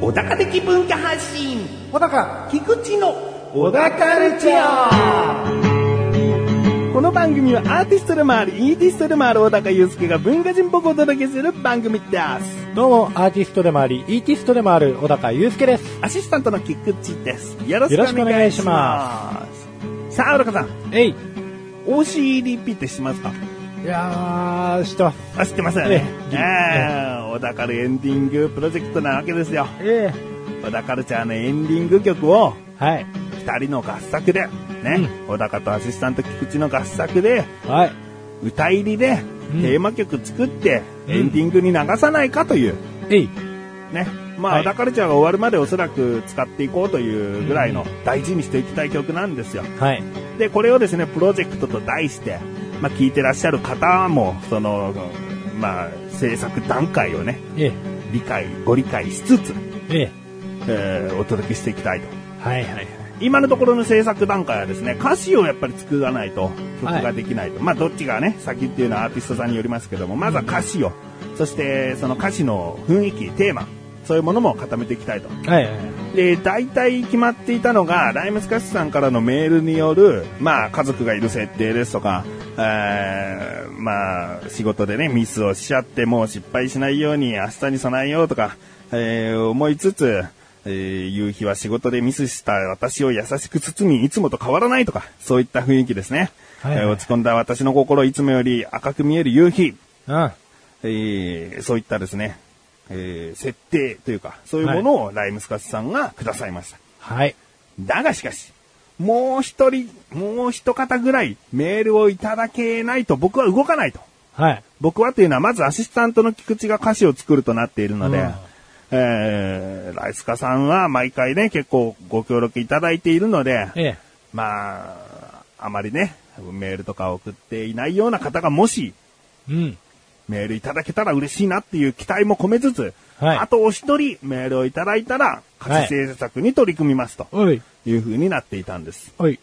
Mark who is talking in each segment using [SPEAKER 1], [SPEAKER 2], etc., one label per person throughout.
[SPEAKER 1] 小高的文化発信
[SPEAKER 2] 小高
[SPEAKER 1] 菊池の小高ルチャー
[SPEAKER 2] この番組はアーティストでもありイーティストでもある小高祐介が文化人っぽくお届けする番組です
[SPEAKER 3] どうも、アーティストでもあり、イーティストでもある小高祐介です。
[SPEAKER 2] アシスタントの菊池ですよろしくお願いしますさあ小高さん
[SPEAKER 3] えい。
[SPEAKER 2] OCDP って知ってますか
[SPEAKER 3] いやー、知ってます。
[SPEAKER 2] あ知ってますよね
[SPEAKER 3] え
[SPEAKER 2] え
[SPEAKER 3] え
[SPEAKER 2] え小高ルエンディングプロジェクトなわけですよ
[SPEAKER 3] え
[SPEAKER 2] 小高ルチャーのエンディング曲を
[SPEAKER 3] えはい。
[SPEAKER 2] 二人の合作でね、小高とアシスタント菊池の合作で
[SPEAKER 3] はい。
[SPEAKER 2] 歌入りで
[SPEAKER 3] うん
[SPEAKER 2] テーマ曲作って
[SPEAKER 3] うん
[SPEAKER 2] エンディングに流さないかという、
[SPEAKER 3] えい。
[SPEAKER 2] ね。まあ、
[SPEAKER 3] はい
[SPEAKER 2] 小田カルチャーが終わるまでおそらく使っていこうというぐらいの大事にしていきたい曲なんですよ。
[SPEAKER 3] はい。
[SPEAKER 2] で、これをですね、プロジェクトと題して、まあ、聞いてらっしゃる方も、その、まあ、制作段階をね、
[SPEAKER 3] ええ
[SPEAKER 2] 理解、ご理解しつつ、
[SPEAKER 3] ええ
[SPEAKER 2] えーお届けしていきたいと。
[SPEAKER 3] はいはいはい。
[SPEAKER 2] 今のところの制作段階はですね、歌詞をやっぱり作らないと曲
[SPEAKER 3] は
[SPEAKER 2] が
[SPEAKER 3] い
[SPEAKER 2] できないと。まあどっちがね、先っていうのはアーティストさんによりますけども、まずは歌詞を、そしてその歌詞の雰囲気、テーマ、そういうものも固めていきたいと。
[SPEAKER 3] はいはいはい。
[SPEAKER 2] で、大体決まっていたのが、ライムスカッシュさんからのメールによる、まあ家族がいる設定ですとか、えー、まあ仕事でね、ミスをしちゃってもう失敗しないように明日に備えようとか、えー、思いつつ、えー夕日は仕事でミスした私を優しく包み、いつもと変わらないとか、そういった雰囲気ですね。
[SPEAKER 3] はいはい
[SPEAKER 2] えー落ち込んだ私の心、いつもより赤く見える夕日。
[SPEAKER 3] うん。
[SPEAKER 2] えー、そういったですね、えー、設定というか、そういうものをライムスカスさんがくださいました。
[SPEAKER 3] はい。
[SPEAKER 2] だがしかし、もう一人、もう一方ぐらいメールをいただけないと僕は動かないと。
[SPEAKER 3] はい。
[SPEAKER 2] 僕はというのはまずアシスタントの菊池が歌詞を作るとなっているので、
[SPEAKER 3] うん
[SPEAKER 2] えー、ライスカさんは毎回ね、結構ご協力いただいているので、
[SPEAKER 3] ええ
[SPEAKER 2] まあ、あまりね、メールとか送っていないような方がもし
[SPEAKER 3] うん。
[SPEAKER 2] メールいただけたら嬉しいなっていう期待も込めつつ、
[SPEAKER 3] はい
[SPEAKER 2] あとお一人メールをいただいたら、歌詞制作に取り組みますと
[SPEAKER 3] おい。
[SPEAKER 2] いう風になっていたんです。
[SPEAKER 3] おい。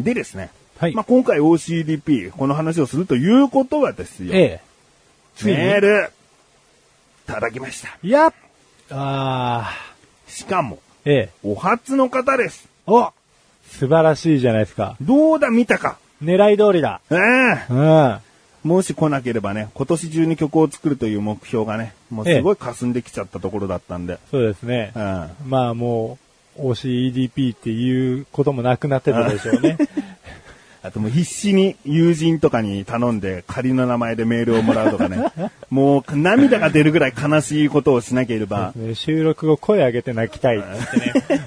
[SPEAKER 2] でですね、
[SPEAKER 3] はい
[SPEAKER 2] まあ、今回 OCDP、この話をするということはですよ、
[SPEAKER 3] ええついに
[SPEAKER 2] メール、いただきました。
[SPEAKER 3] いやっあ
[SPEAKER 2] しかも、
[SPEAKER 3] ー。ええ
[SPEAKER 2] お初の方です。
[SPEAKER 3] お素晴らしいじゃないですか。
[SPEAKER 2] どうだ見たか。
[SPEAKER 3] 狙い通りだ。
[SPEAKER 2] ええ
[SPEAKER 3] うん。は
[SPEAKER 2] もし来なければね、今年中に曲を作るという目標がね、もうすごい霞んできちゃったところだったんで。
[SPEAKER 3] そうですね。
[SPEAKER 2] うん
[SPEAKER 3] まあもう、OCEDP っていうこともなくなってたでしょうね。
[SPEAKER 2] あともう必死に友人とかに頼んで仮の名前でメールをもらうとか ね。もう涙が出るぐらい悲しいことをしなければ、
[SPEAKER 3] ね収録後声上げて泣きたいっつってね。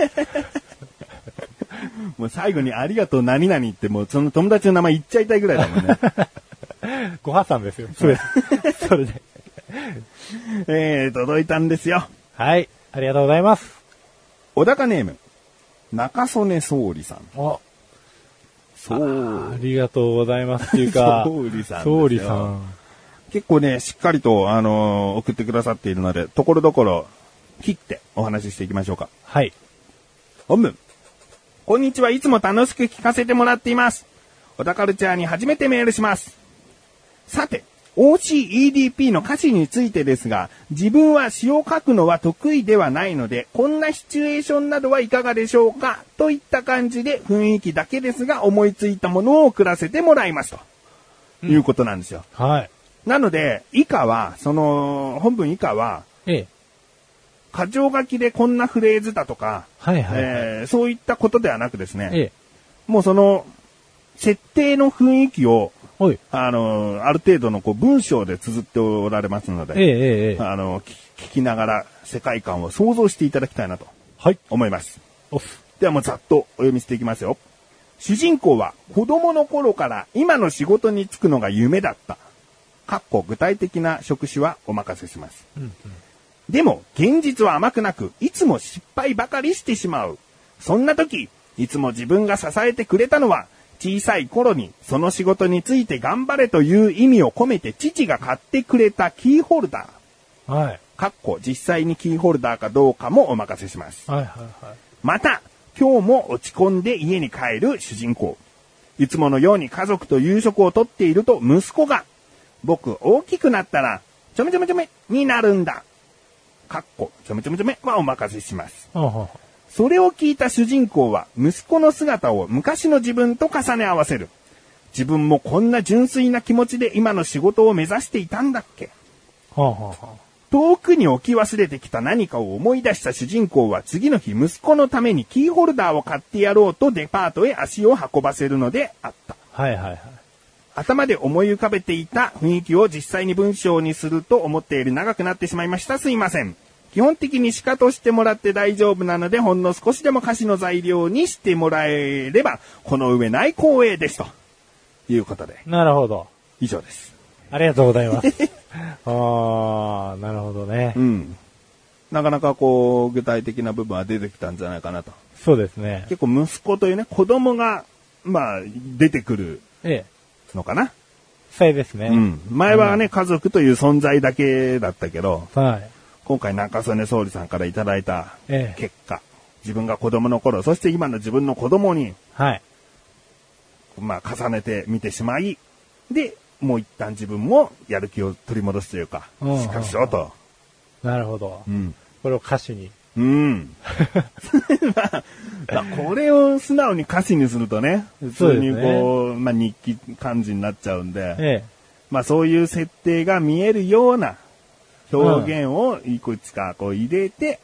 [SPEAKER 2] もう最後にありがとう何々ってもうその友達の名前言っちゃいたいぐらいだもんね。
[SPEAKER 3] ご破産ですよ。それで。 それで。
[SPEAKER 2] えー、届いたんですよ。
[SPEAKER 3] はい。ありがとうございます。
[SPEAKER 2] 小高ネーム、中曽根総理さん。
[SPEAKER 3] お、
[SPEAKER 2] そ
[SPEAKER 3] あ
[SPEAKER 2] う。、
[SPEAKER 3] りがとうございます。っていうか
[SPEAKER 2] 総理さんですよ
[SPEAKER 3] 総理さん。
[SPEAKER 2] 結構ね、しっかりと、あのー送ってくださっているので、ところどころ、切ってお話ししていきましょうか。
[SPEAKER 3] はい。
[SPEAKER 2] 本文。こんにちは。いつも楽しく聞かせてもらっています。小田カルチャーに初めてメールします。さて、OCEDP の歌詞についてですが、自分は詩を書くのは得意ではないので、こんなシチュエーションなどはいかがでしょうかといった感じで雰囲気だけですが思いついたものを送らせてもらいますと。いうことなんですよ。
[SPEAKER 3] はい。
[SPEAKER 2] なので、以下は、その、本文以下は、
[SPEAKER 3] ええ。
[SPEAKER 2] 箇条書きでこんなフレーズだとか、
[SPEAKER 3] はいはいはい。
[SPEAKER 2] えーそういったことではなくですね、
[SPEAKER 3] ええ。
[SPEAKER 2] もうその、設定の雰囲気を、
[SPEAKER 3] おい。
[SPEAKER 2] あの、ある程度のこう文章で綴っておられますの
[SPEAKER 3] ええ
[SPEAKER 2] で、
[SPEAKER 3] ええええ。
[SPEAKER 2] あの、聞聞きながら世界観を想像していただきたいなと
[SPEAKER 3] はい。
[SPEAKER 2] 思います。
[SPEAKER 3] オフ。
[SPEAKER 2] ではもうざっとお読みしていきますよ。主人公は子供の頃から今の仕事に就くのが夢だった。かっこ具体的な職種はお任せします。
[SPEAKER 3] うん。
[SPEAKER 2] でも、現実は甘くなく、いつも失敗ばかりしてしまう。そんな時、いつも自分が支えてくれたのは、小さい頃にその仕事について頑張れという意味を込めて父が買ってくれたキーホルダ
[SPEAKER 3] はい。
[SPEAKER 2] ー。かっこ実際にキーホルダーかどうかもお任せします。
[SPEAKER 3] はいはいはい。
[SPEAKER 2] また、今日も落ち込んで家に帰る主人公。いつものように家族と夕食をとっていると息子が、僕大きくなったら、ちょめちょめちょめになるんだ。かっこ、ちょめちょめちょめはお任せします。
[SPEAKER 3] はあはあ
[SPEAKER 2] それを聞いた主人公は息子の姿を昔の自分と重ね合わせる。自分もこんな純粋な気持ちで今の仕事を目指していたんだっけ
[SPEAKER 3] はあはあは
[SPEAKER 2] 遠くに置き忘れてきた何かを思い出した主人公は次の日息子のためにキーホルダーを買ってやろうとデパートへ足を運ばせるのであった。
[SPEAKER 3] あはいはいはい。
[SPEAKER 2] 頭で思い浮かべていた雰囲気を実際に文章にすると思っている長くなってしまいました。すいません。基本的に鹿としてもらって大丈夫なので、ほんの少しでも歌詞の材料にしてもらえれば、この上ない光栄です。ということで、
[SPEAKER 3] なるほど。
[SPEAKER 2] 以上です。
[SPEAKER 3] ありがとうございます。 ああ、なるほどね
[SPEAKER 2] う。ん。なかなかこう、具体的な部分は出てきたんじゃないかなと。
[SPEAKER 3] そうですね。
[SPEAKER 2] 結構息子というね、子供が、まあ、出てくる
[SPEAKER 3] ええ。
[SPEAKER 2] のかな。
[SPEAKER 3] それですね。
[SPEAKER 2] うん。前はね、家族という存在だけだったけど、
[SPEAKER 3] はい。
[SPEAKER 2] 今回中曽根総理さんからいただいた
[SPEAKER 3] ええ。
[SPEAKER 2] 結果、自分が子供の頃、そして今の自分の子供に、
[SPEAKER 3] はい。
[SPEAKER 2] まあ重ねてみてしまい、で、もう一旦自分もやる気を取り戻すというか、
[SPEAKER 3] うん
[SPEAKER 2] しっかりしろと。
[SPEAKER 3] なるほど
[SPEAKER 2] う。ん。
[SPEAKER 3] これを歌詞に。
[SPEAKER 2] うん。まあ、これを素直に歌詞にするとね、普
[SPEAKER 3] そう
[SPEAKER 2] 通
[SPEAKER 3] ですね
[SPEAKER 2] にこう、まあ日記感じになっちゃうんで、
[SPEAKER 3] ええ。
[SPEAKER 2] まあそういう設定が見えるような表現をいくつかこう入れて、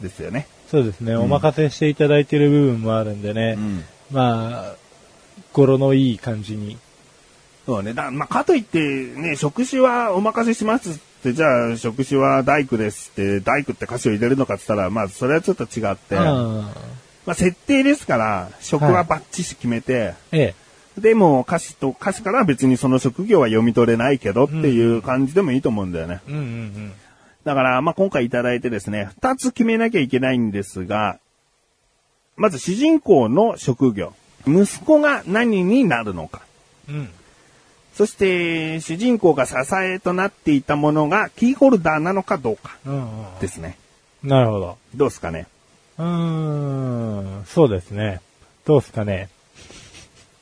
[SPEAKER 2] ですよね。
[SPEAKER 3] そうですね。お任せしていただいている部分もあるんでね。
[SPEAKER 2] うん
[SPEAKER 3] まあ、語呂のいい感じに。
[SPEAKER 2] そうね。だまあ、かといって、ね、職種はお任せしますって、じゃあ、職種は大工ですって、大工って歌詞を入れるのかって言ったら、まあ、それはちょっと違って、ま
[SPEAKER 3] うん
[SPEAKER 2] あ、設定ですから、職
[SPEAKER 3] は
[SPEAKER 2] はいバッチし決めて、
[SPEAKER 3] ええ。
[SPEAKER 2] でも歌詞と、歌詞からは別にその職業は読み取れないけどっていう感じでもいいと思うんだよね。
[SPEAKER 3] うんうんうん。
[SPEAKER 2] だから、まあ、今回いただいてですね、二つ決めなきゃいけないんですが、まず主人公の職業。息子が何になるのか。
[SPEAKER 3] うん。
[SPEAKER 2] そして、主人公が支えとなっていたものがキーホルダーなのかどうか
[SPEAKER 3] うんうん。
[SPEAKER 2] ですね。
[SPEAKER 3] なるほど。
[SPEAKER 2] どうですかね。
[SPEAKER 3] うーん。そうですね。どうですかね。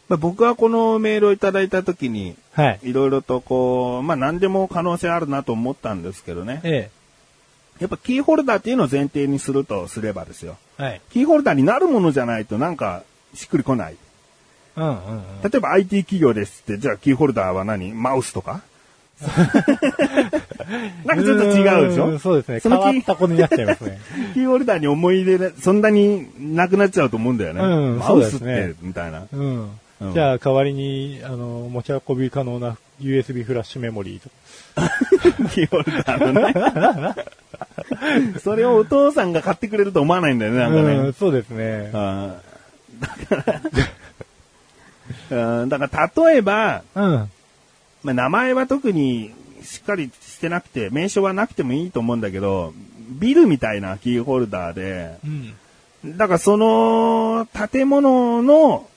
[SPEAKER 2] まあ、僕はこのメールをいただいたときに、
[SPEAKER 3] はい。
[SPEAKER 2] いろいろとこう、まあ、何でも可能性あるなと思ったんですけどね。
[SPEAKER 3] え
[SPEAKER 2] やっぱキーホルダーっていうのを前提にするとすればですよ。
[SPEAKER 3] え。はい。
[SPEAKER 2] キーホルダーになるものじゃないとなんかしっくりこない。
[SPEAKER 3] うんうんうん。
[SPEAKER 2] 例えば IT 企業ですって、じゃあキーホルダーは何マウスと かなんかちょっと違うでし
[SPEAKER 3] ーん
[SPEAKER 2] ょ
[SPEAKER 3] そうですね。
[SPEAKER 2] そ
[SPEAKER 3] 変
[SPEAKER 2] の
[SPEAKER 3] わ
[SPEAKER 2] キ
[SPEAKER 3] っ
[SPEAKER 2] ー
[SPEAKER 3] たことになっちゃいます ね。
[SPEAKER 2] キーホルダーに思い入れ、そんなになくなっちゃうと思うんだよね。
[SPEAKER 3] うん
[SPEAKER 2] マウスっ
[SPEAKER 3] そうで
[SPEAKER 2] て、みたいな。
[SPEAKER 3] うん。
[SPEAKER 2] うん
[SPEAKER 3] じゃあ、代わりに、あの、持ち運び可能な USB フラッシュメモリーとか。
[SPEAKER 2] キーホルダーの ね。それをお父さんが買ってくれると思わないんだよね、なんかね。
[SPEAKER 3] うん、そうですね。
[SPEAKER 2] あーだから、うんだから例えば、
[SPEAKER 3] うん。
[SPEAKER 2] まあ、名前は特にしっかりしてなくて、名称はなくてもいいと思うんだけど、ビルみたいなキーホルダーで、
[SPEAKER 3] うん。
[SPEAKER 2] だからその建物の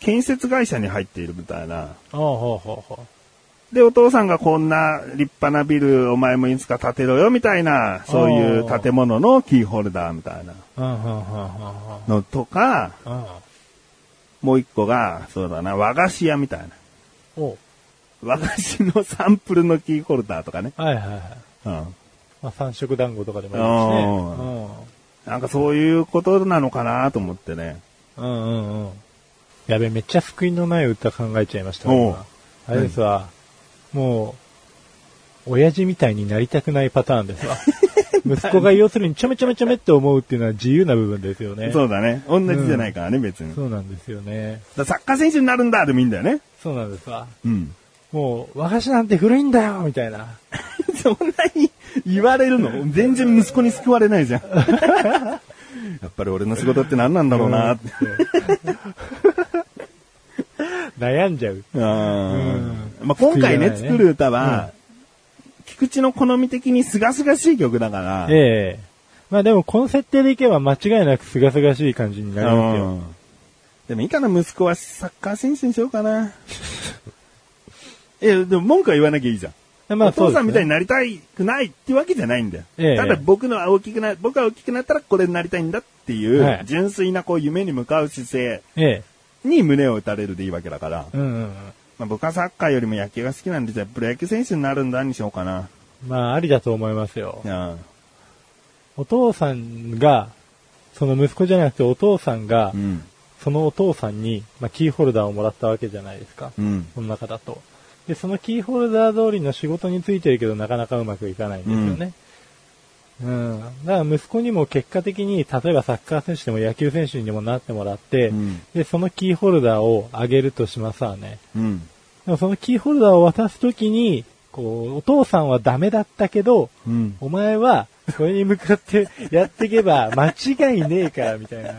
[SPEAKER 2] 建設会社に入っているみたいな。
[SPEAKER 3] ああ、ほうほうほう。
[SPEAKER 2] で、お父さんがこんな立派なビルお前もいつか建てろよみたいな、そういう建物のキーホルダーみたいな
[SPEAKER 3] うんうんうんうん
[SPEAKER 2] のとか、
[SPEAKER 3] うんうん
[SPEAKER 2] もう一個が、そうだな、和菓子屋みたいな。
[SPEAKER 3] お
[SPEAKER 2] 和菓子のサンプルのキーホルダーとかね。
[SPEAKER 3] はいはいはい。
[SPEAKER 2] うん。
[SPEAKER 3] まあ、三色団子とかでもいいですね。
[SPEAKER 2] なんかそういうことなのかなと思ってね。
[SPEAKER 3] うん。うんうんうん。やべ、めっちゃ救いのない歌考えちゃいました
[SPEAKER 2] おう
[SPEAKER 3] 今あれですわ。もう、親父みたいになりたくないパターン ですわ。息子が要するにちょめちょめちょめって思うっていうのは自由な部分ですよね。
[SPEAKER 2] そうだね。同じじゃないからね、別に。だか
[SPEAKER 3] そうなんですよね。
[SPEAKER 2] らサッカー選手になるんだでもいいんだよね。
[SPEAKER 3] そうなんですわ。
[SPEAKER 2] うん。
[SPEAKER 3] もう、和菓子なんて古いんだよみたいな。
[SPEAKER 2] そんなに言われるの全然息子に救われないじゃ ん。やっぱり俺の仕事って何なんだろうなって。
[SPEAKER 3] 悩んじゃう。
[SPEAKER 2] うん。まあ、今
[SPEAKER 3] 救いがな
[SPEAKER 2] 回
[SPEAKER 3] い
[SPEAKER 2] ね、
[SPEAKER 3] ね
[SPEAKER 2] 作る歌は、菊池の好み的に清々しい曲だから、
[SPEAKER 3] ええまあでも、この設定でいけば間違いなく清々しい感じになります
[SPEAKER 2] う
[SPEAKER 3] よ。
[SPEAKER 2] んでもいいかな、息子はサッカー選手にしようかな。 いや、でも文句は言わなきゃいいじゃん。
[SPEAKER 3] まあ、
[SPEAKER 2] お父さんみたい
[SPEAKER 3] に。
[SPEAKER 2] になりたいくないってわけじゃないんだよ。
[SPEAKER 3] ええ
[SPEAKER 2] ただ僕のは大きくな、僕が大きくなったらこれになりたいんだっていう、
[SPEAKER 3] はい
[SPEAKER 2] 純粋なこう夢に向かう姿勢
[SPEAKER 3] ええ
[SPEAKER 2] に胸を打たれるでいいわけだから、
[SPEAKER 3] うんうんうん。
[SPEAKER 2] まあ、僕はサッカーよりも野球が好きなんで、じゃあプロ野球選手になるんだにしようかな。
[SPEAKER 3] まあ、ありだと思いますよ
[SPEAKER 2] う。ん。
[SPEAKER 3] お父さんが、その息子じゃなくてお父さんが
[SPEAKER 2] う、ん。
[SPEAKER 3] そのお父さんに、まあ、キーホルダーをもらったわけじゃないですか。
[SPEAKER 2] うん。
[SPEAKER 3] その中だと。で、そのキーホルダー通りの仕事についてるけど、なかなかうまくいかないんですよね。うん。だから息子にも結果的に、例えばサッカー選手でも野球選手にもなってもらって、
[SPEAKER 2] うん
[SPEAKER 3] で、そのキーホルダーをあげるとしますわね。
[SPEAKER 2] うん。
[SPEAKER 3] でもそのキーホルダーを渡すときに、こう、お父さんはダメだったけど、
[SPEAKER 2] うん。
[SPEAKER 3] お前は、それに向かってやっていけば間違いねえから、みたいな。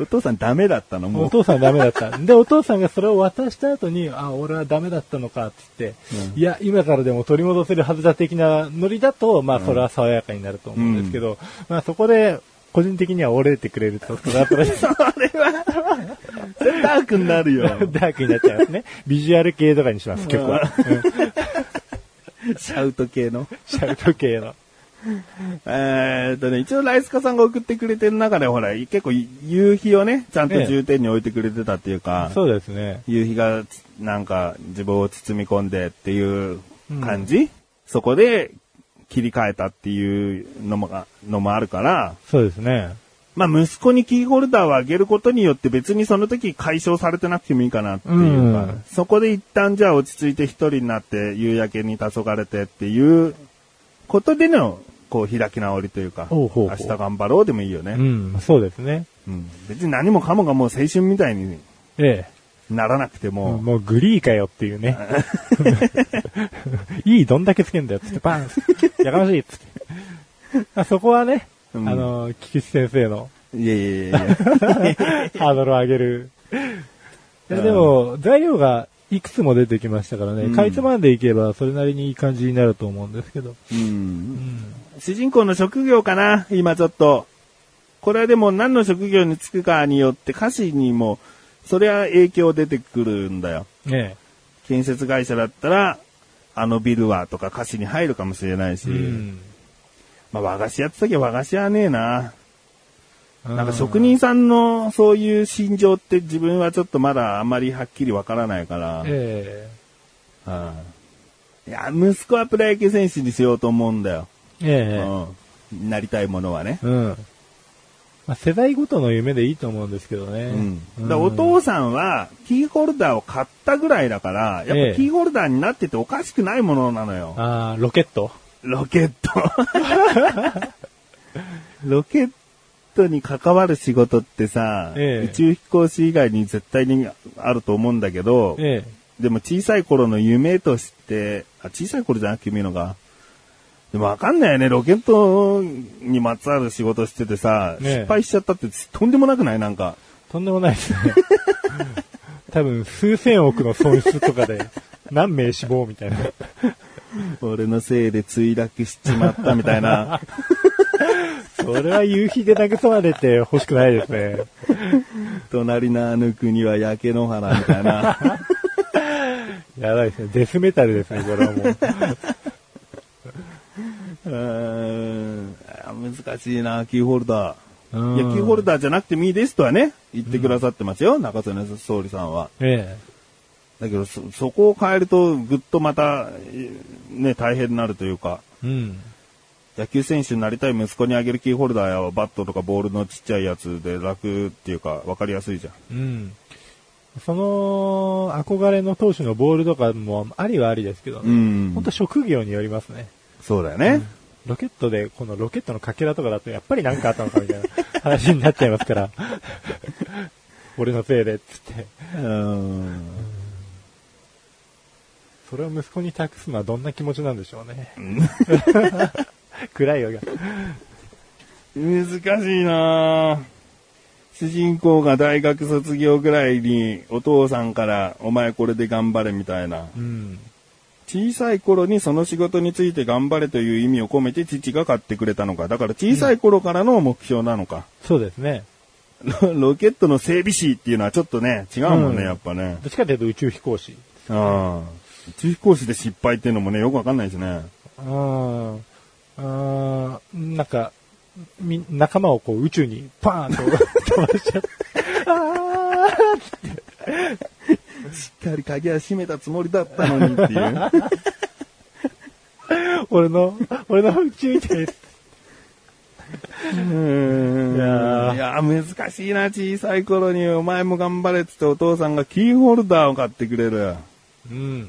[SPEAKER 2] お父さんダメだったのも
[SPEAKER 3] お
[SPEAKER 2] う。
[SPEAKER 3] 父さんダメだった。で、お父さんがそれを渡した後に、あ、俺はダメだったのか、って言って、いや、今からでも取り戻せるはずだ的なノリだと、まあ、それは爽やかになると思うんですけど、まあ、そこで、個人的には折れてくれると、それはそれで
[SPEAKER 2] ダークになるよ
[SPEAKER 3] ダ。ークになっちゃいますね。ビジュアル系とかにし ます、結構。うん
[SPEAKER 2] シャウト系の。
[SPEAKER 3] シャウト系の。
[SPEAKER 2] えーっとね、一応ライスカさんが送ってくれてる中で、ほら、結構夕日をね、ちゃんと重点に置いてくれてたっていうか、
[SPEAKER 3] そうですね。
[SPEAKER 2] 夕日がつなんか自分を包み込んでっていう感じ、そこで切り替えたっていうのもが、のもあるから、
[SPEAKER 3] そうですね。
[SPEAKER 2] まあ息子にキーホルダーをあげることによって別にその時解消されてなくてもいいかなっていうか、
[SPEAKER 3] うん
[SPEAKER 2] そこで一旦じゃあ落ち着いて一人になって夕焼けに黄昏てっていうことでのこう開き直りというか、
[SPEAKER 3] ほうほうほう
[SPEAKER 2] 明日頑張ろうでもいいよ
[SPEAKER 3] う
[SPEAKER 2] ね、
[SPEAKER 3] ん、そうですね。
[SPEAKER 2] うん別に何もかもがもう青春みたいに
[SPEAKER 3] ええ。
[SPEAKER 2] ならなくても、
[SPEAKER 3] もうグリーかよっていう ね。いい、どんだけつけんだよっつって、バンやかましいっつって。あそこはね、
[SPEAKER 2] うん
[SPEAKER 3] あの、菊池先生 の
[SPEAKER 2] いやいやいやいや。
[SPEAKER 3] ハードルを上げる。いやでも、材料がいくつも出てきましたから
[SPEAKER 2] うん
[SPEAKER 3] ね、かいつまんでいけばそれなりにいい感じになると思うんですけど。
[SPEAKER 2] うん主人公の職業かな今ちょっと。これはでも何の職業に就くかによって歌詞にも、それは影響出てくるんだよ。
[SPEAKER 3] ね
[SPEAKER 2] 建設会社だったら、あのビルはとか歌詞に入るかもしれないし、
[SPEAKER 3] え。うん。
[SPEAKER 2] まあ和菓子やってたけど和菓子はねえな。
[SPEAKER 3] な
[SPEAKER 2] なんか職人さんのそういう心情って自分はちょっとまだあんまりはっきりわからないから、
[SPEAKER 3] え
[SPEAKER 2] うんいや、息子はプロ野球選手にしようと思うんだよ。
[SPEAKER 3] え。え
[SPEAKER 2] うん、なりたいものはね
[SPEAKER 3] え。。うん。まあ世代ごとの夢でいいと思うんですけどね。
[SPEAKER 2] だからお父さんはキーホルダーを買ったぐらいだから、やっ
[SPEAKER 3] ええ
[SPEAKER 2] ぱキーホルダーになってておかしくないものなのよ。
[SPEAKER 3] ああ、ロケット
[SPEAKER 2] ロケット。 ロケットに関わる仕事ってさ、
[SPEAKER 3] ええ
[SPEAKER 2] 宇宙飛行士以外に絶対にあると思うんだけど、
[SPEAKER 3] え
[SPEAKER 2] でも小さい頃の夢として、あ小さい頃じゃなくて夢のが、でもわかんないよね、ロケットにまつわる仕事しててさ、
[SPEAKER 3] ええ
[SPEAKER 2] 失敗しちゃったってとんでもなくないなんか。
[SPEAKER 3] え。とんでもないですね。多分、数千億の損失とかで、何名死亡みたいな。
[SPEAKER 2] 俺のせいで墜落しちまったみたい な。
[SPEAKER 3] それは夕日で慰まれて欲しくないですね。
[SPEAKER 2] 隣のあの国は焼け野原みたいな。
[SPEAKER 3] やばいですね。デスメタルですね、これはも う。
[SPEAKER 2] うーん。あ難しいな、キーホルダ
[SPEAKER 3] う
[SPEAKER 2] ー。
[SPEAKER 3] ん
[SPEAKER 2] いや、キーホルダーじゃなくてもいいですとはね、言ってくださってますよ、中曽根総理さんは。
[SPEAKER 3] え
[SPEAKER 2] だけど、そ、そこを変えると、ぐっとまた、えね、大変になるというか、
[SPEAKER 3] え。うん。
[SPEAKER 2] 野球選手になりたい息子にあげるキーホルダーやバットとかボールのちっちゃいやつで楽っていうか、わかりやすいじゃん。
[SPEAKER 3] うん。その、憧れの投手のボールとかも、ありはありですけど、
[SPEAKER 2] う
[SPEAKER 3] ね
[SPEAKER 2] ん
[SPEAKER 3] ほんと職業によりますね。
[SPEAKER 2] そうだよね。
[SPEAKER 3] ロケットで、このロケットのかけらとかだと、やっぱりなんかあったのかみたいな話になっちゃいますから。俺のせいで、つって。
[SPEAKER 2] うん
[SPEAKER 3] それを息子に託すのはどんな気持ちなんでしょうね。暗いよ。
[SPEAKER 2] 難しいなぁ主人公が大学卒業ぐらいにお父さんからお前これで頑張れみたいな。
[SPEAKER 3] うん。
[SPEAKER 2] 小さい頃にその仕事について頑張れという意味を込めて父が買ってくれたのか。だから小さい頃からの目標なのか。
[SPEAKER 3] そうですね。
[SPEAKER 2] ロロケットの整備士っていうのはちょっとね、違うもんね、
[SPEAKER 3] うん
[SPEAKER 2] やっぱね。
[SPEAKER 3] どっちかというと宇宙飛行士。
[SPEAKER 2] ああ。宇宙飛行士で失敗っていうのもね、よくわかんないですね。
[SPEAKER 3] うん。うん。なんか、み、仲間をこう宇宙にパーンと飛ばしちゃって。あーって。
[SPEAKER 2] しっかり鍵は閉めたつもりだったのにって いう。
[SPEAKER 3] 俺の、俺の復帰みたいです。
[SPEAKER 2] い
[SPEAKER 3] いやー
[SPEAKER 2] やー難しいな、小さい頃にお前も頑張れってってお父さんがキーホルダーを買ってくれる。
[SPEAKER 3] うん。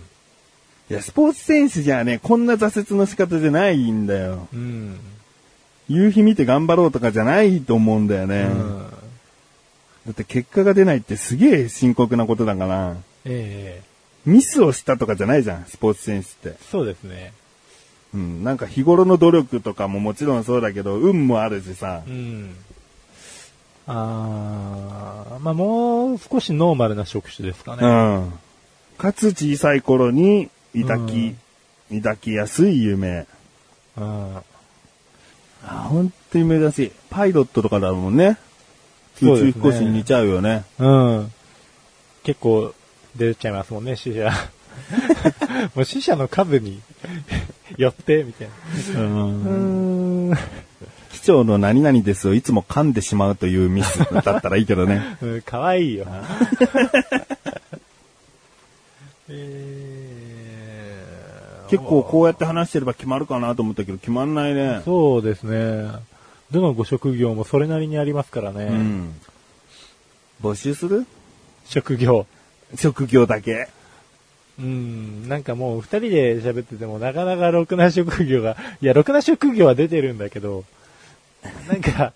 [SPEAKER 2] いや、スポーツ選手じゃね、こんな挫折の仕方じゃないんだよ。
[SPEAKER 3] うん。
[SPEAKER 2] 夕日見て頑張ろうとかじゃないと思うんだよね。
[SPEAKER 3] うん。
[SPEAKER 2] だって結果が出ないってすげえ深刻なことだから、
[SPEAKER 3] ええ
[SPEAKER 2] ミスをしたとかじゃないじゃん、スポーツ選手って。
[SPEAKER 3] そうですね。
[SPEAKER 2] うん、なんか日頃の努力とかももちろんそうだけど、運もあるしさ
[SPEAKER 3] う。ん。あー、まあもう少しノーマルな職種ですか
[SPEAKER 2] う
[SPEAKER 3] ね。
[SPEAKER 2] ん。かつ小さい頃に抱き、抱きやすい夢。
[SPEAKER 3] うん。
[SPEAKER 2] あ、本当に珍しい。パイロットとかだもんね。
[SPEAKER 3] そう
[SPEAKER 2] 宇
[SPEAKER 3] ですね
[SPEAKER 2] 宙飛行士に似ちゃうよね。
[SPEAKER 3] うん。結構出ちゃいますもんね、死者。 もう死者の数に よって、みたいな。
[SPEAKER 2] うん。
[SPEAKER 3] うん。
[SPEAKER 2] 機長の何々ですをいつも噛んでしまうというミスだったらいいけど ね。
[SPEAKER 3] かわいいよ。 えー
[SPEAKER 2] 結構こうやって話してれば決まるかなと思ったけど、決まんないね。
[SPEAKER 3] そうですね。どのご職業もそれなりにありますからね。
[SPEAKER 2] うん。募集する
[SPEAKER 3] 職業。
[SPEAKER 2] 職業だけ。
[SPEAKER 3] うん、なんかもう二人で喋っててもなかなかろくな職業が、いや、ろくな職業は出てるんだけど、なんか、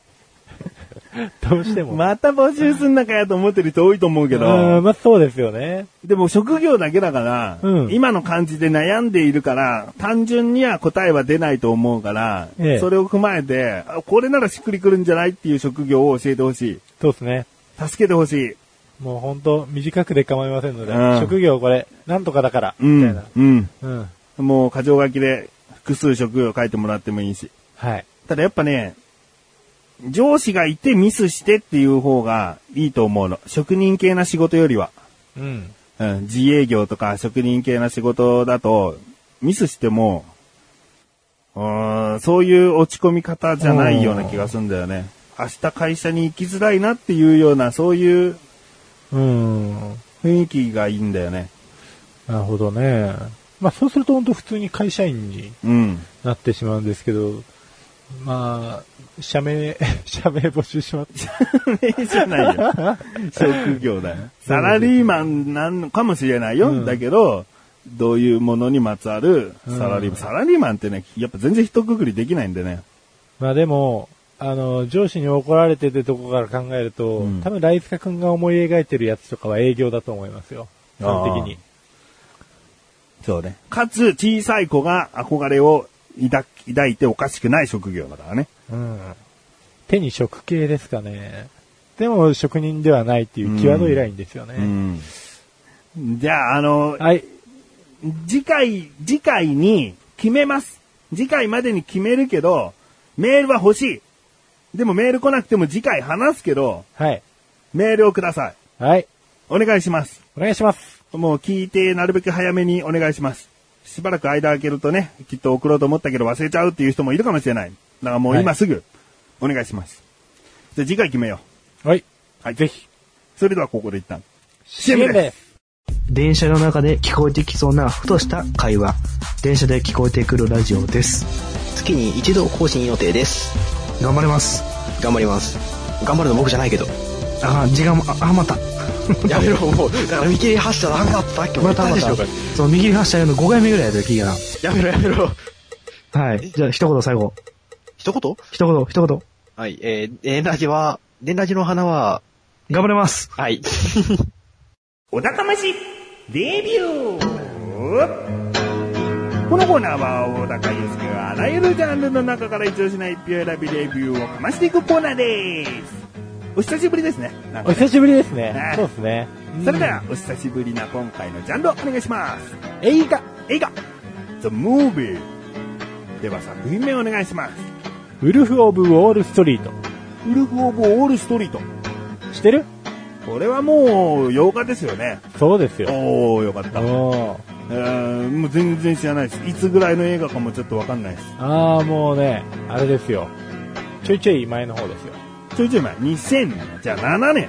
[SPEAKER 3] どうしても。
[SPEAKER 2] また募集すんのかやと思ってる人多いと思うけ
[SPEAKER 3] うん
[SPEAKER 2] ど、
[SPEAKER 3] まあそうですよね。
[SPEAKER 2] でも職業だけだから、
[SPEAKER 3] うん
[SPEAKER 2] 今の感じで悩んでいるから、単純には答えは出ないと思うから、
[SPEAKER 3] ええ
[SPEAKER 2] それを踏まえて、あこれならしっくりくるんじゃないっていう職業を教えてほしい。
[SPEAKER 3] そうですね。
[SPEAKER 2] 助けてほしい。
[SPEAKER 3] もう本当短くで構いませんので、
[SPEAKER 2] うん
[SPEAKER 3] 職業これ、なんとかだから、
[SPEAKER 2] う
[SPEAKER 3] みたい
[SPEAKER 2] ん
[SPEAKER 3] な。。
[SPEAKER 2] うん。
[SPEAKER 3] うん。
[SPEAKER 2] もう箇条書きで複数職業書いてもらってもいいし。
[SPEAKER 3] はい。
[SPEAKER 2] ただやっぱね、上司がいてミスしてっていう方がいいと思うの。職人系な仕事よりは。
[SPEAKER 3] うん。
[SPEAKER 2] うん、自営業とか職人系な仕事だと、ミスしても、うーん、そういう落ち込み方じゃないような気がするんだよね。明日会社に行きづらいなっていうような、そういう
[SPEAKER 3] うん。
[SPEAKER 2] 雰囲気がいいんだよね。
[SPEAKER 3] なるほどね。まあそうすると本当普通に会社員に
[SPEAKER 2] うん。
[SPEAKER 3] なってしまうんですけど、まあ、社名、 社名募集します。
[SPEAKER 2] 名じゃないよ。 職業だよ。サラリーマンなんのかもしれないよ。
[SPEAKER 3] うん
[SPEAKER 2] だけど、どういうものにまつわるサラリーマン。
[SPEAKER 3] うん
[SPEAKER 2] サラリーマンってね、やっぱ全然一括りできないんでね。
[SPEAKER 3] まあでも、あの、上司に怒られててとこから考えると、
[SPEAKER 2] うん
[SPEAKER 3] 多分ライスカ君が思い描いてるやつとかは営業だと思いますよ。基本的に。
[SPEAKER 2] そうね。かつ、小さい子が憧れを抱き抱いておかしくない職業だからね。
[SPEAKER 3] うん。手に職系ですかね。でも職人ではないっていう際どいラインですよね。
[SPEAKER 2] うん。じゃあ、あの、
[SPEAKER 3] はい。
[SPEAKER 2] 次回、次回に決めます。次回までに決めるけど、メールは欲しい。でもメール来なくても次回話すけど、
[SPEAKER 3] はい。
[SPEAKER 2] メールをください。
[SPEAKER 3] はい。
[SPEAKER 2] お願いします。
[SPEAKER 3] お願いします。
[SPEAKER 2] もう聞いて、なるべく早めにお願いします。しばらく間空けるとね、きっと送ろうと思ったけど忘れちゃうっていう人もいるかもしれない。だからもう今すぐ、お願いします。じゃあ次回決めよ
[SPEAKER 3] はい。
[SPEAKER 2] う。はい。ぜひ。それではここで一旦。
[SPEAKER 3] CM です。
[SPEAKER 4] 電車の中で聞こえてきそうなふとした会話電車で聞こえてくるラジオです
[SPEAKER 5] 月に一度更新予定です
[SPEAKER 4] 頑張れます
[SPEAKER 5] 頑張ります頑張るの僕じゃないけど
[SPEAKER 4] あ時間もあ余った
[SPEAKER 5] やめろもうだから見切り発車だなんださっきも言
[SPEAKER 4] ま
[SPEAKER 5] ったた
[SPEAKER 4] ま
[SPEAKER 5] でしたょうか
[SPEAKER 4] その右に発車用の5回目ぐらいやった気が
[SPEAKER 5] やめろやめろ
[SPEAKER 4] なはいじゃあ一言最後
[SPEAKER 5] 一言
[SPEAKER 4] 一言一言
[SPEAKER 5] はいえー、電ラジは電ラジの花は
[SPEAKER 4] 頑張れます
[SPEAKER 5] はい
[SPEAKER 2] お高ましレビューこのコーナーは、小高祐介があらゆるジャンルの中から一押しな一票選びレビューをかましていくコーナーです。お久しぶりですね。なんか
[SPEAKER 3] お
[SPEAKER 2] ね
[SPEAKER 3] 久しぶりですね。
[SPEAKER 2] ね
[SPEAKER 3] そうですね。
[SPEAKER 2] それでは、お久しぶりな今回のジャンルをお願いします。
[SPEAKER 3] 映画、
[SPEAKER 2] 映画、The Movie。では作品名お願いします。
[SPEAKER 3] ウルフ・オブ・ウォール・ストリート。
[SPEAKER 2] ウルフ・オブ・オール・ストリート。
[SPEAKER 3] 知ってる
[SPEAKER 2] これはもう、8日ですよね。
[SPEAKER 3] そうですよ。
[SPEAKER 2] おー、よかった。
[SPEAKER 3] おー
[SPEAKER 2] えーもう全然知らないです。いつぐらいの映画かもちょっとわかんないです。
[SPEAKER 3] ああ、もうね、あれですよ。ちょいちょい前の方ですよ。
[SPEAKER 2] ちょいちょい前、2007年。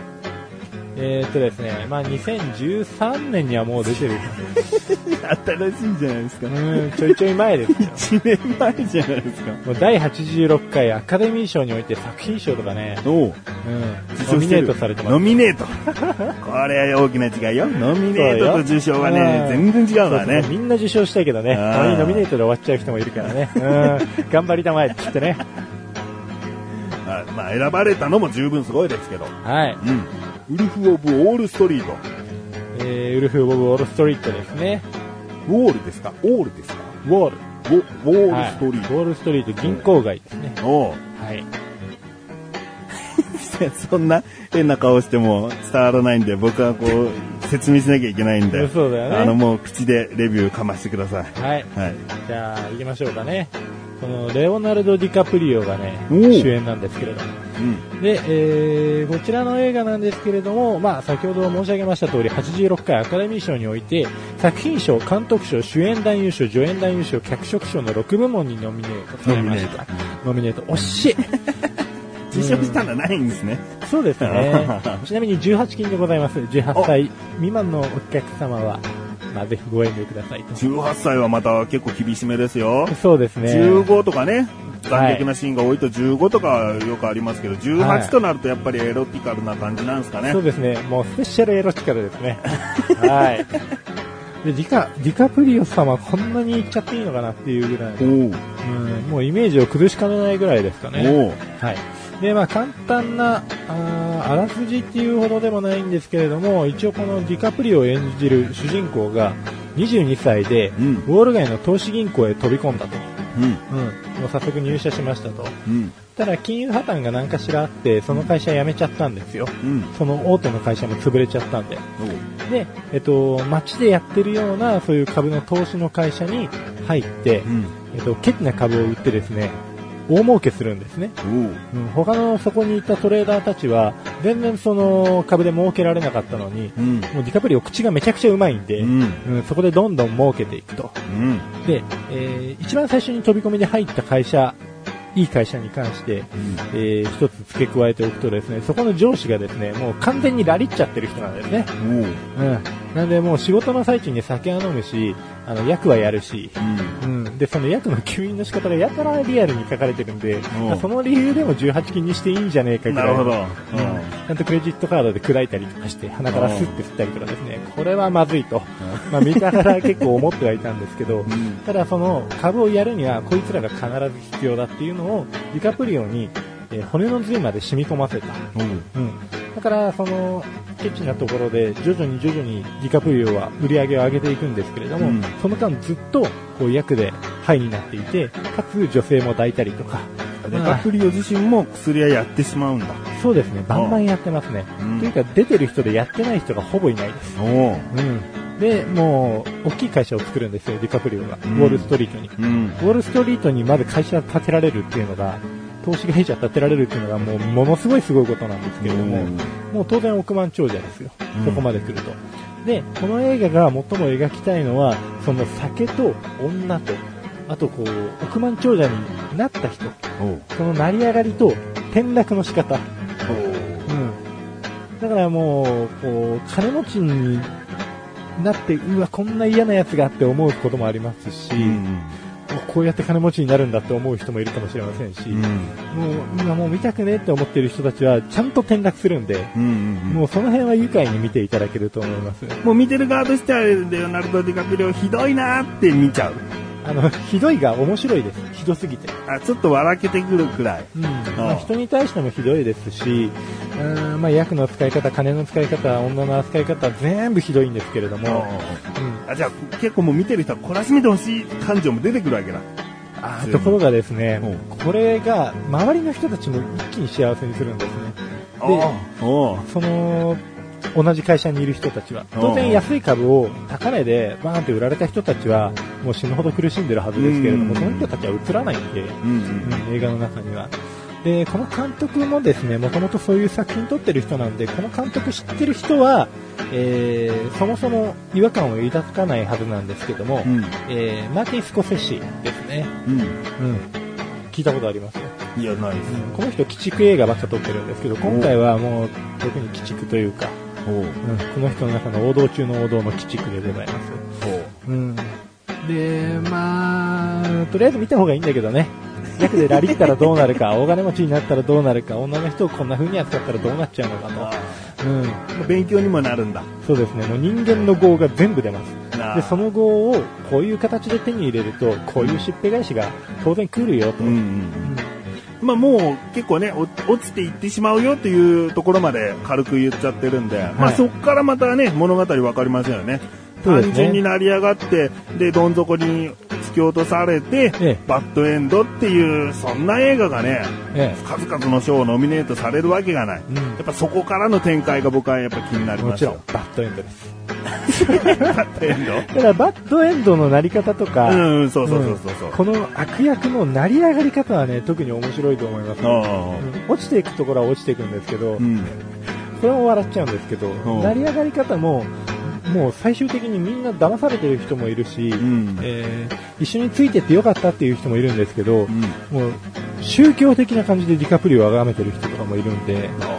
[SPEAKER 3] えーっとですね、まあ、2013年にはもう出てるんで
[SPEAKER 2] 新しいんじゃないですか
[SPEAKER 3] う。ん、ちょいちょい前ですよ。
[SPEAKER 2] 1年前じゃないですか。
[SPEAKER 3] もう第86回アカデミー賞において作品賞とかね、
[SPEAKER 2] おう。
[SPEAKER 3] うん、ノミネートされてます。
[SPEAKER 2] ノミネート。これは大きな違いよ。ノミネートと受賞はね、
[SPEAKER 3] うん
[SPEAKER 2] 全然違うわ
[SPEAKER 3] そう
[SPEAKER 2] ね
[SPEAKER 3] そう。みんな受賞したいけどね、
[SPEAKER 2] ん
[SPEAKER 3] たまにノミネートで終わっちゃう人もいるからね、うん、頑張りたまえって言ってね。
[SPEAKER 2] あまあ、選ばれたのも十分すごいですけど。
[SPEAKER 3] はい。
[SPEAKER 2] うん。ウルフ・オブ・オール・ストリート。
[SPEAKER 3] えー、ウルフ・ボブ・オール・ストリートですね。
[SPEAKER 2] ウォールですかオールですか
[SPEAKER 3] ウォール。
[SPEAKER 2] ウォウォール・ストリー
[SPEAKER 3] はいウォール・ストリート銀行街ですね。
[SPEAKER 2] ト。おう
[SPEAKER 3] はい。
[SPEAKER 2] そんな変な顔しても伝わらないんで、僕はこう、説明しなきゃいけないんで。
[SPEAKER 3] そうだよね
[SPEAKER 2] あの、もう口でレビューかましてください。
[SPEAKER 3] はい。
[SPEAKER 2] はい。
[SPEAKER 3] じゃあ、行きましょうかね。この、レオナルド・ディカプリオがね、
[SPEAKER 2] おー
[SPEAKER 3] 主演なんですけれども。
[SPEAKER 2] うん。
[SPEAKER 3] で、えーこちらの映画なんですけれども、まあ、先ほど申し上げました通り、86回アカデミー賞において、作品賞、監督賞、主演男優賞、助演男優賞、脚色賞の6部門にノミネートされました。ノミネート。惜しい
[SPEAKER 2] 受賞したのはないんですね。
[SPEAKER 3] そうです ね。ちなみに18金でございます。18歳未満のお客様は、まあ、ぜひご遠慮くださいと。
[SPEAKER 2] 18歳はまた結構厳しめですよ。
[SPEAKER 3] そうですね。
[SPEAKER 2] 15とかね、残虐なシーンが多いと15とかよくありますけど、
[SPEAKER 3] はい
[SPEAKER 2] 18となるとやっぱりエロティカルな感じなんですかね
[SPEAKER 3] そう。ですね。もうスペシャルエロチカルですね。はい。で、ディカ、ディカプリオ様こんなに言っちゃっていいのかなっていうぐらい
[SPEAKER 2] お
[SPEAKER 3] の、
[SPEAKER 2] う
[SPEAKER 3] うん、もうイメージを崩しかねないぐらいですかね。
[SPEAKER 2] おう
[SPEAKER 3] はい。で、まあ簡単な、あーあらすじっていうほどでもないんですけれども、一応このディカプリオを演じる主人公が22歳で、
[SPEAKER 2] うん
[SPEAKER 3] ウォール街の投資銀行へ飛び込んだと。
[SPEAKER 2] うん
[SPEAKER 3] うん。もう早速入社しましたと。
[SPEAKER 2] うん
[SPEAKER 3] ただ金融破綻が何かしらあって、その会社辞めちゃったんですよ。
[SPEAKER 2] うん
[SPEAKER 3] その大手の会社も潰れちゃったんで。
[SPEAKER 2] おう
[SPEAKER 3] で、えっと、街でやってるような、そういう株の投資の会社に入って
[SPEAKER 2] う、ん
[SPEAKER 3] えっと、ケチな株を売ってですね、大儲けするんですね。
[SPEAKER 2] おう
[SPEAKER 3] うん、他のそこにいたトレーダーたちは、全然その株で儲けられなかったのに、
[SPEAKER 2] うん
[SPEAKER 3] もうディカプリオ口がめちゃくちゃうまいんで、
[SPEAKER 2] う
[SPEAKER 3] うん
[SPEAKER 2] ん
[SPEAKER 3] そこでどんどん儲けていくと。
[SPEAKER 2] うん
[SPEAKER 3] で、えー一番最初に飛び込みで入った会社、いい会社に関して、えー一つ付け加えておくとですね、そこの上司がですね、もう完全にラリっちゃってる人なんですね。
[SPEAKER 2] おう
[SPEAKER 3] うん。なんでもう仕事の最中に酒は飲むし、あの、役はやるし、うん。で、その役の吸引の仕方がやたらリアルに書かれてるんで、まあその理由でも18金にしていいんじゃねえか
[SPEAKER 2] う
[SPEAKER 3] ぐ
[SPEAKER 2] ん
[SPEAKER 3] ら。
[SPEAKER 2] ないるほど。
[SPEAKER 3] うん。ちゃんとクレジットカードで砕いたりとかして、鼻からスッて振ったりとかですね、これはまずいと。まあ見ながら結構思ってはいたんですけど、
[SPEAKER 2] うん
[SPEAKER 3] ただその株をやるにはこいつらが必ず必要だっていうのをディカプリオに、えー骨の髄まで染み込ませた。うん、だからそのケチなところで徐々に徐々にディカプリオは売り上げを上げていくんですけれども、
[SPEAKER 2] うん
[SPEAKER 3] その間ずっとこう役でハイになっていてかつ女性も抱いたりとか
[SPEAKER 2] うんデカプリオ自身も薬はやってしまうんだ。
[SPEAKER 3] そうですねバンバンやってますね、
[SPEAKER 2] うん
[SPEAKER 3] というか出てる人でやってない人がほぼいないです、
[SPEAKER 2] おう
[SPEAKER 3] うん、でもう大きい会社を作るんですよディカプリオが、
[SPEAKER 2] うん
[SPEAKER 3] ウォールストリートに
[SPEAKER 2] うん
[SPEAKER 3] ウォールストリートにまず会社建てられるっていうのが投資会社建てられるっていうのがもうものすごいすごいことなんですけれども、
[SPEAKER 2] うん
[SPEAKER 3] もう当然億万長者ですよ、
[SPEAKER 2] うん
[SPEAKER 3] そこまで来ると。で、この映画が最も描きたいのは、その酒と女と、あとこう、億万長者になった人、
[SPEAKER 2] おう
[SPEAKER 3] その成り上がりと転落の仕方。
[SPEAKER 2] お
[SPEAKER 3] うん。だからもう、こう、金持ちになって、うわ、こんな嫌なやつがって思うこともありますし、
[SPEAKER 2] ううん
[SPEAKER 3] こうやって金持ちになるんだって思う人もいるかもしれませんし、
[SPEAKER 2] うん
[SPEAKER 3] もう今もう見たくねえって思ってる人たちはちゃんと転落するんで、
[SPEAKER 2] うんうん
[SPEAKER 3] もうその辺は愉快に見ていただけると思います。
[SPEAKER 2] もう見てる側としては、レオナルド・ディカプリオひどいなーって見ちゃう。
[SPEAKER 3] あの、ひどいが面白いです。ひどすぎて。
[SPEAKER 2] あ、ちょっと笑けてくるくらい。
[SPEAKER 3] うん。まあ人に対してもひどいですし、うん、まあ役の使い方、金の使い方、女の扱い方、全部ひどいんですけれども、うん。
[SPEAKER 2] あじゃあ結構もう見てる人は懲らしめてほしい感情も出てくるわけだ。
[SPEAKER 3] あーところがですね
[SPEAKER 2] うん、
[SPEAKER 3] これが周りの人たちも一気に幸せにするんですね。
[SPEAKER 2] で、おう
[SPEAKER 3] その、同じ会社にいる人たちは。当
[SPEAKER 2] うんう
[SPEAKER 3] 然
[SPEAKER 2] ん
[SPEAKER 3] 安い株を高値でバーンって売られた人たちは、もう死ぬほど苦しんでるはずですけれども、
[SPEAKER 2] うん
[SPEAKER 3] その人たちは映らないんで、
[SPEAKER 2] うん
[SPEAKER 3] うん映画の中には。で、この監督もですね、もともとそういう作品撮ってる人なんで、この監督知ってる人は、えーそもそも違和感を抱かないはずなんですけども、
[SPEAKER 2] うん。
[SPEAKER 3] えーマーティン・スコセッシですね。
[SPEAKER 2] うん。
[SPEAKER 3] うん。聞いたことありますよ。
[SPEAKER 2] いや、ないです。
[SPEAKER 3] この人、鬼畜映画ばっか撮ってるんですけど、今回はもう、特に鬼畜というか、
[SPEAKER 2] ほう。
[SPEAKER 3] うん、この人の中の王道中の王道の鬼畜でございます。
[SPEAKER 2] ほう。
[SPEAKER 3] うん。で、まあ、とりあえず見た方がいいんだけ どね。逆でラリったらどうなるか、大金持ちになったらどうなるか、女の人をこんな風に扱ったらどうなっちゃうのかと。うん。
[SPEAKER 2] 勉強にもなるんだ。
[SPEAKER 3] そうですね。もう人間の業が全部出ます。
[SPEAKER 2] なあ
[SPEAKER 3] で、その業をこういう形で手に入れると、こういうしっぺ返しが当然来るよと。
[SPEAKER 2] うんうん。まあもう結構ね、お落ちていってしまうよというところまで軽く言っちゃってるんで、まあそっからまたね、物語わかりませんよね。
[SPEAKER 3] そうですね
[SPEAKER 2] 単純に成り上がって、で、どん底に突き落とされて、
[SPEAKER 3] ええ
[SPEAKER 2] バッドエンドっていう、そんな映画がね、
[SPEAKER 3] え
[SPEAKER 2] 数々の賞をノミネートされるわけがない。
[SPEAKER 3] うん
[SPEAKER 2] やっぱそこからの展開が僕はやっぱ気にな
[SPEAKER 3] え。
[SPEAKER 2] り
[SPEAKER 3] も
[SPEAKER 2] ま
[SPEAKER 3] ち
[SPEAKER 2] す
[SPEAKER 3] ろん
[SPEAKER 2] よ。、
[SPEAKER 3] バッドエンドです。
[SPEAKER 2] バッドエンド
[SPEAKER 3] だから、バッドエンドのなり方とか、
[SPEAKER 2] うんうん、そうそうそうそうそう。
[SPEAKER 3] この悪役の成り上がり方はね、特に面白いと思います。
[SPEAKER 2] あ
[SPEAKER 3] うん落ちていくところは落ちていくんですけど、
[SPEAKER 2] あうん。
[SPEAKER 3] それも笑っちゃうんですけど、
[SPEAKER 2] ん
[SPEAKER 3] 成り上がり方も、もう最終的にみんな騙されてる人もいるし、
[SPEAKER 2] ん
[SPEAKER 3] えー一緒についてってよかったっていう人もいるんですけど、
[SPEAKER 2] うん。
[SPEAKER 3] もう宗教的な感じでディカプリオを崇めてる人とかもいるんで、
[SPEAKER 2] ああ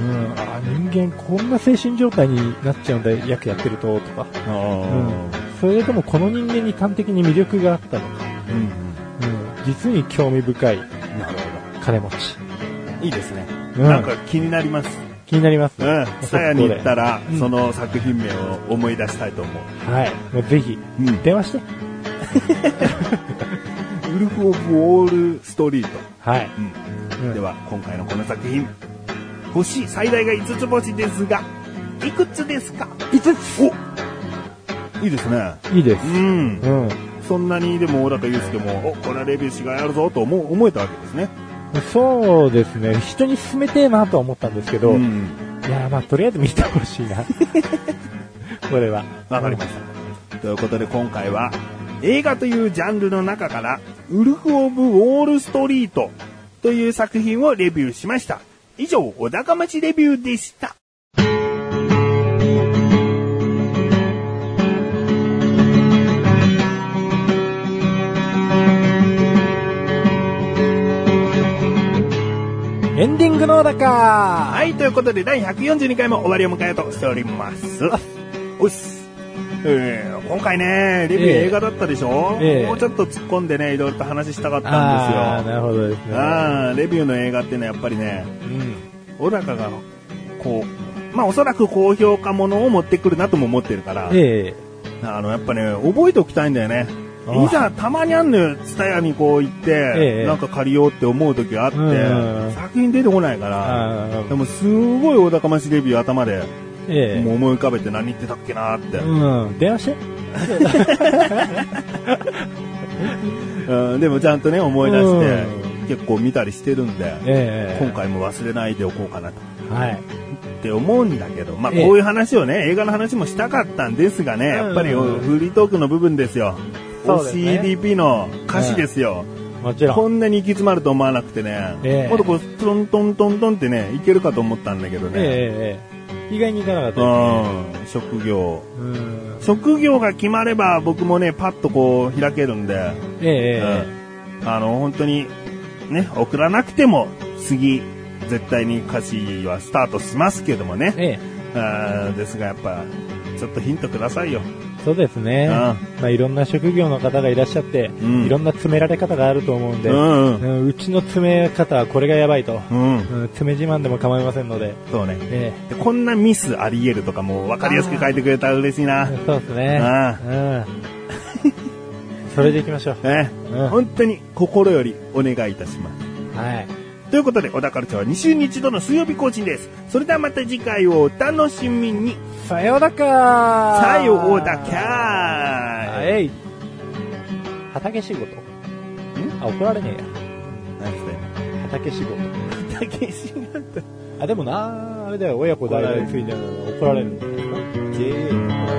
[SPEAKER 3] うん、あ人間こんな精神状態になっちゃうんだ、役やってると、とか、
[SPEAKER 2] あ
[SPEAKER 3] うんそれでもこの人間に端的に魅力があったのか、
[SPEAKER 2] あ。うん。
[SPEAKER 3] うん、実に興味深い
[SPEAKER 2] なるほど。
[SPEAKER 3] 金持ち。
[SPEAKER 2] いいですね。
[SPEAKER 3] うん
[SPEAKER 2] なんか気になります。
[SPEAKER 3] 気になります
[SPEAKER 2] う
[SPEAKER 3] ね。
[SPEAKER 2] ん。
[SPEAKER 3] 速
[SPEAKER 2] さやに行ったら、
[SPEAKER 3] うん
[SPEAKER 2] その作品名を思い出したいと思う。
[SPEAKER 3] はい。もうぜひ、
[SPEAKER 2] うん。
[SPEAKER 3] 電話して。
[SPEAKER 2] ウルフ・オブ・ウォール・ストリート。
[SPEAKER 3] はい。
[SPEAKER 2] うん。では、今回のこの作品。星最大が5つ星ですが、いくつですか ?5 つおいいですね。
[SPEAKER 3] いいで
[SPEAKER 2] う
[SPEAKER 3] す。
[SPEAKER 2] ん
[SPEAKER 3] う。ん。
[SPEAKER 2] そんなにでも小高祐介も、お、これはレビューしがいあるぞと思う思えたわけですね。
[SPEAKER 3] そうですね。人に勧めてえなとは思ったんですけど、い
[SPEAKER 2] ん。
[SPEAKER 3] やーまあとりあえず見てほし いな。これは。
[SPEAKER 2] わかりました。ということで今回は映画というジャンルの中からウルフ・オブ・ウォール・ストリートという作品をレビューしました。以上、小高町レビューでした。
[SPEAKER 3] エンディングのだか
[SPEAKER 2] はい、ということで第142回も終わりを迎えようとしております。おっす。えー今回ね、レビュー
[SPEAKER 3] ええ
[SPEAKER 2] 映画だったでしょ、
[SPEAKER 3] ええ
[SPEAKER 2] もうちょっと突っ込んでね、いろいろと話したかったんですよ。
[SPEAKER 3] あー、なるほどですね。
[SPEAKER 2] あーレビューの映画ってのはやっぱりね、小高が、こう、まあおそらく高評価ものを持ってくるなとも思ってるから、
[SPEAKER 3] ええ
[SPEAKER 2] あの、やっぱね、覚えておきたいんだよね。
[SPEAKER 3] あー
[SPEAKER 2] いざ、たまにあんのよ、ツタヤにこう行って、
[SPEAKER 3] ええ
[SPEAKER 2] なんか借りようって思う時があって、
[SPEAKER 3] うん
[SPEAKER 2] 作品出てこないから、
[SPEAKER 3] あー
[SPEAKER 2] でもすごい小高町レビュー頭で、
[SPEAKER 3] え
[SPEAKER 2] もう思い浮かべて何言ってたっけなーって
[SPEAKER 3] え。うん。電話して。
[SPEAKER 2] うん、でもちゃんとね、思い出して
[SPEAKER 3] う、
[SPEAKER 2] 結構見たりしてるんで、
[SPEAKER 3] ええ
[SPEAKER 2] 今回も忘れないでおこうかなと。
[SPEAKER 3] はい。
[SPEAKER 2] って思うんだけど、まあ、
[SPEAKER 3] ええ
[SPEAKER 2] こういう話をね、映画の話もしたかったんですがね、やっぱり
[SPEAKER 3] うん
[SPEAKER 2] フリートークの部分ですよ。
[SPEAKER 3] そうですね
[SPEAKER 2] OCDP の歌詞ですよ、
[SPEAKER 3] もちろん。
[SPEAKER 2] こんなに行き詰まると思わなくてね、
[SPEAKER 3] ええ
[SPEAKER 2] もっとこう、トントントントンってね、いけるかと思ったんだけどね。
[SPEAKER 3] ええええ。意外にいかなかったですね。
[SPEAKER 2] うん、職業。
[SPEAKER 3] うん。
[SPEAKER 2] 職業が決まれば僕もね、パッとこう開けるんで、
[SPEAKER 3] ええ
[SPEAKER 2] う
[SPEAKER 3] え
[SPEAKER 2] ん、あの、本当に、ね、送らなくても、次、絶対に歌詞はスタートしますけどもね
[SPEAKER 3] え。。ええ。
[SPEAKER 2] あーですがやっぱちょっとヒントくださいよ
[SPEAKER 3] そうですね。
[SPEAKER 2] うん
[SPEAKER 3] まあ、いろんな職業の方がいらっしゃって、
[SPEAKER 2] ん
[SPEAKER 3] いろんな詰められ方があると思うんで、
[SPEAKER 2] う
[SPEAKER 3] うん
[SPEAKER 2] うん
[SPEAKER 3] んうちの詰め方はこれがやばいと、
[SPEAKER 2] うん
[SPEAKER 3] うん詰め自慢でも構いませんので、
[SPEAKER 2] そうね
[SPEAKER 3] え
[SPEAKER 2] でこんなミスありえるとかも分かりやすく書いてくれたら嬉しい
[SPEAKER 3] え
[SPEAKER 2] な、
[SPEAKER 3] そうですね。
[SPEAKER 2] う
[SPEAKER 3] うん。それでいきましょう。
[SPEAKER 2] ね
[SPEAKER 3] うん
[SPEAKER 2] 本当に心よりお願いいたします
[SPEAKER 3] はい。
[SPEAKER 2] ということで小田カルチャーは2週に1度の水曜日更新ですそれではまた次回をお楽しみに
[SPEAKER 3] さようだか
[SPEAKER 2] さようだ
[SPEAKER 3] ー
[SPEAKER 2] かーい
[SPEAKER 3] えい。畑仕事んあ、怒られね
[SPEAKER 2] 何それ
[SPEAKER 3] えや。畑仕事。
[SPEAKER 2] 竹志が
[SPEAKER 3] あ、でもなあれだよ、親子代々ついてるの怒られるんだよな。
[SPEAKER 2] J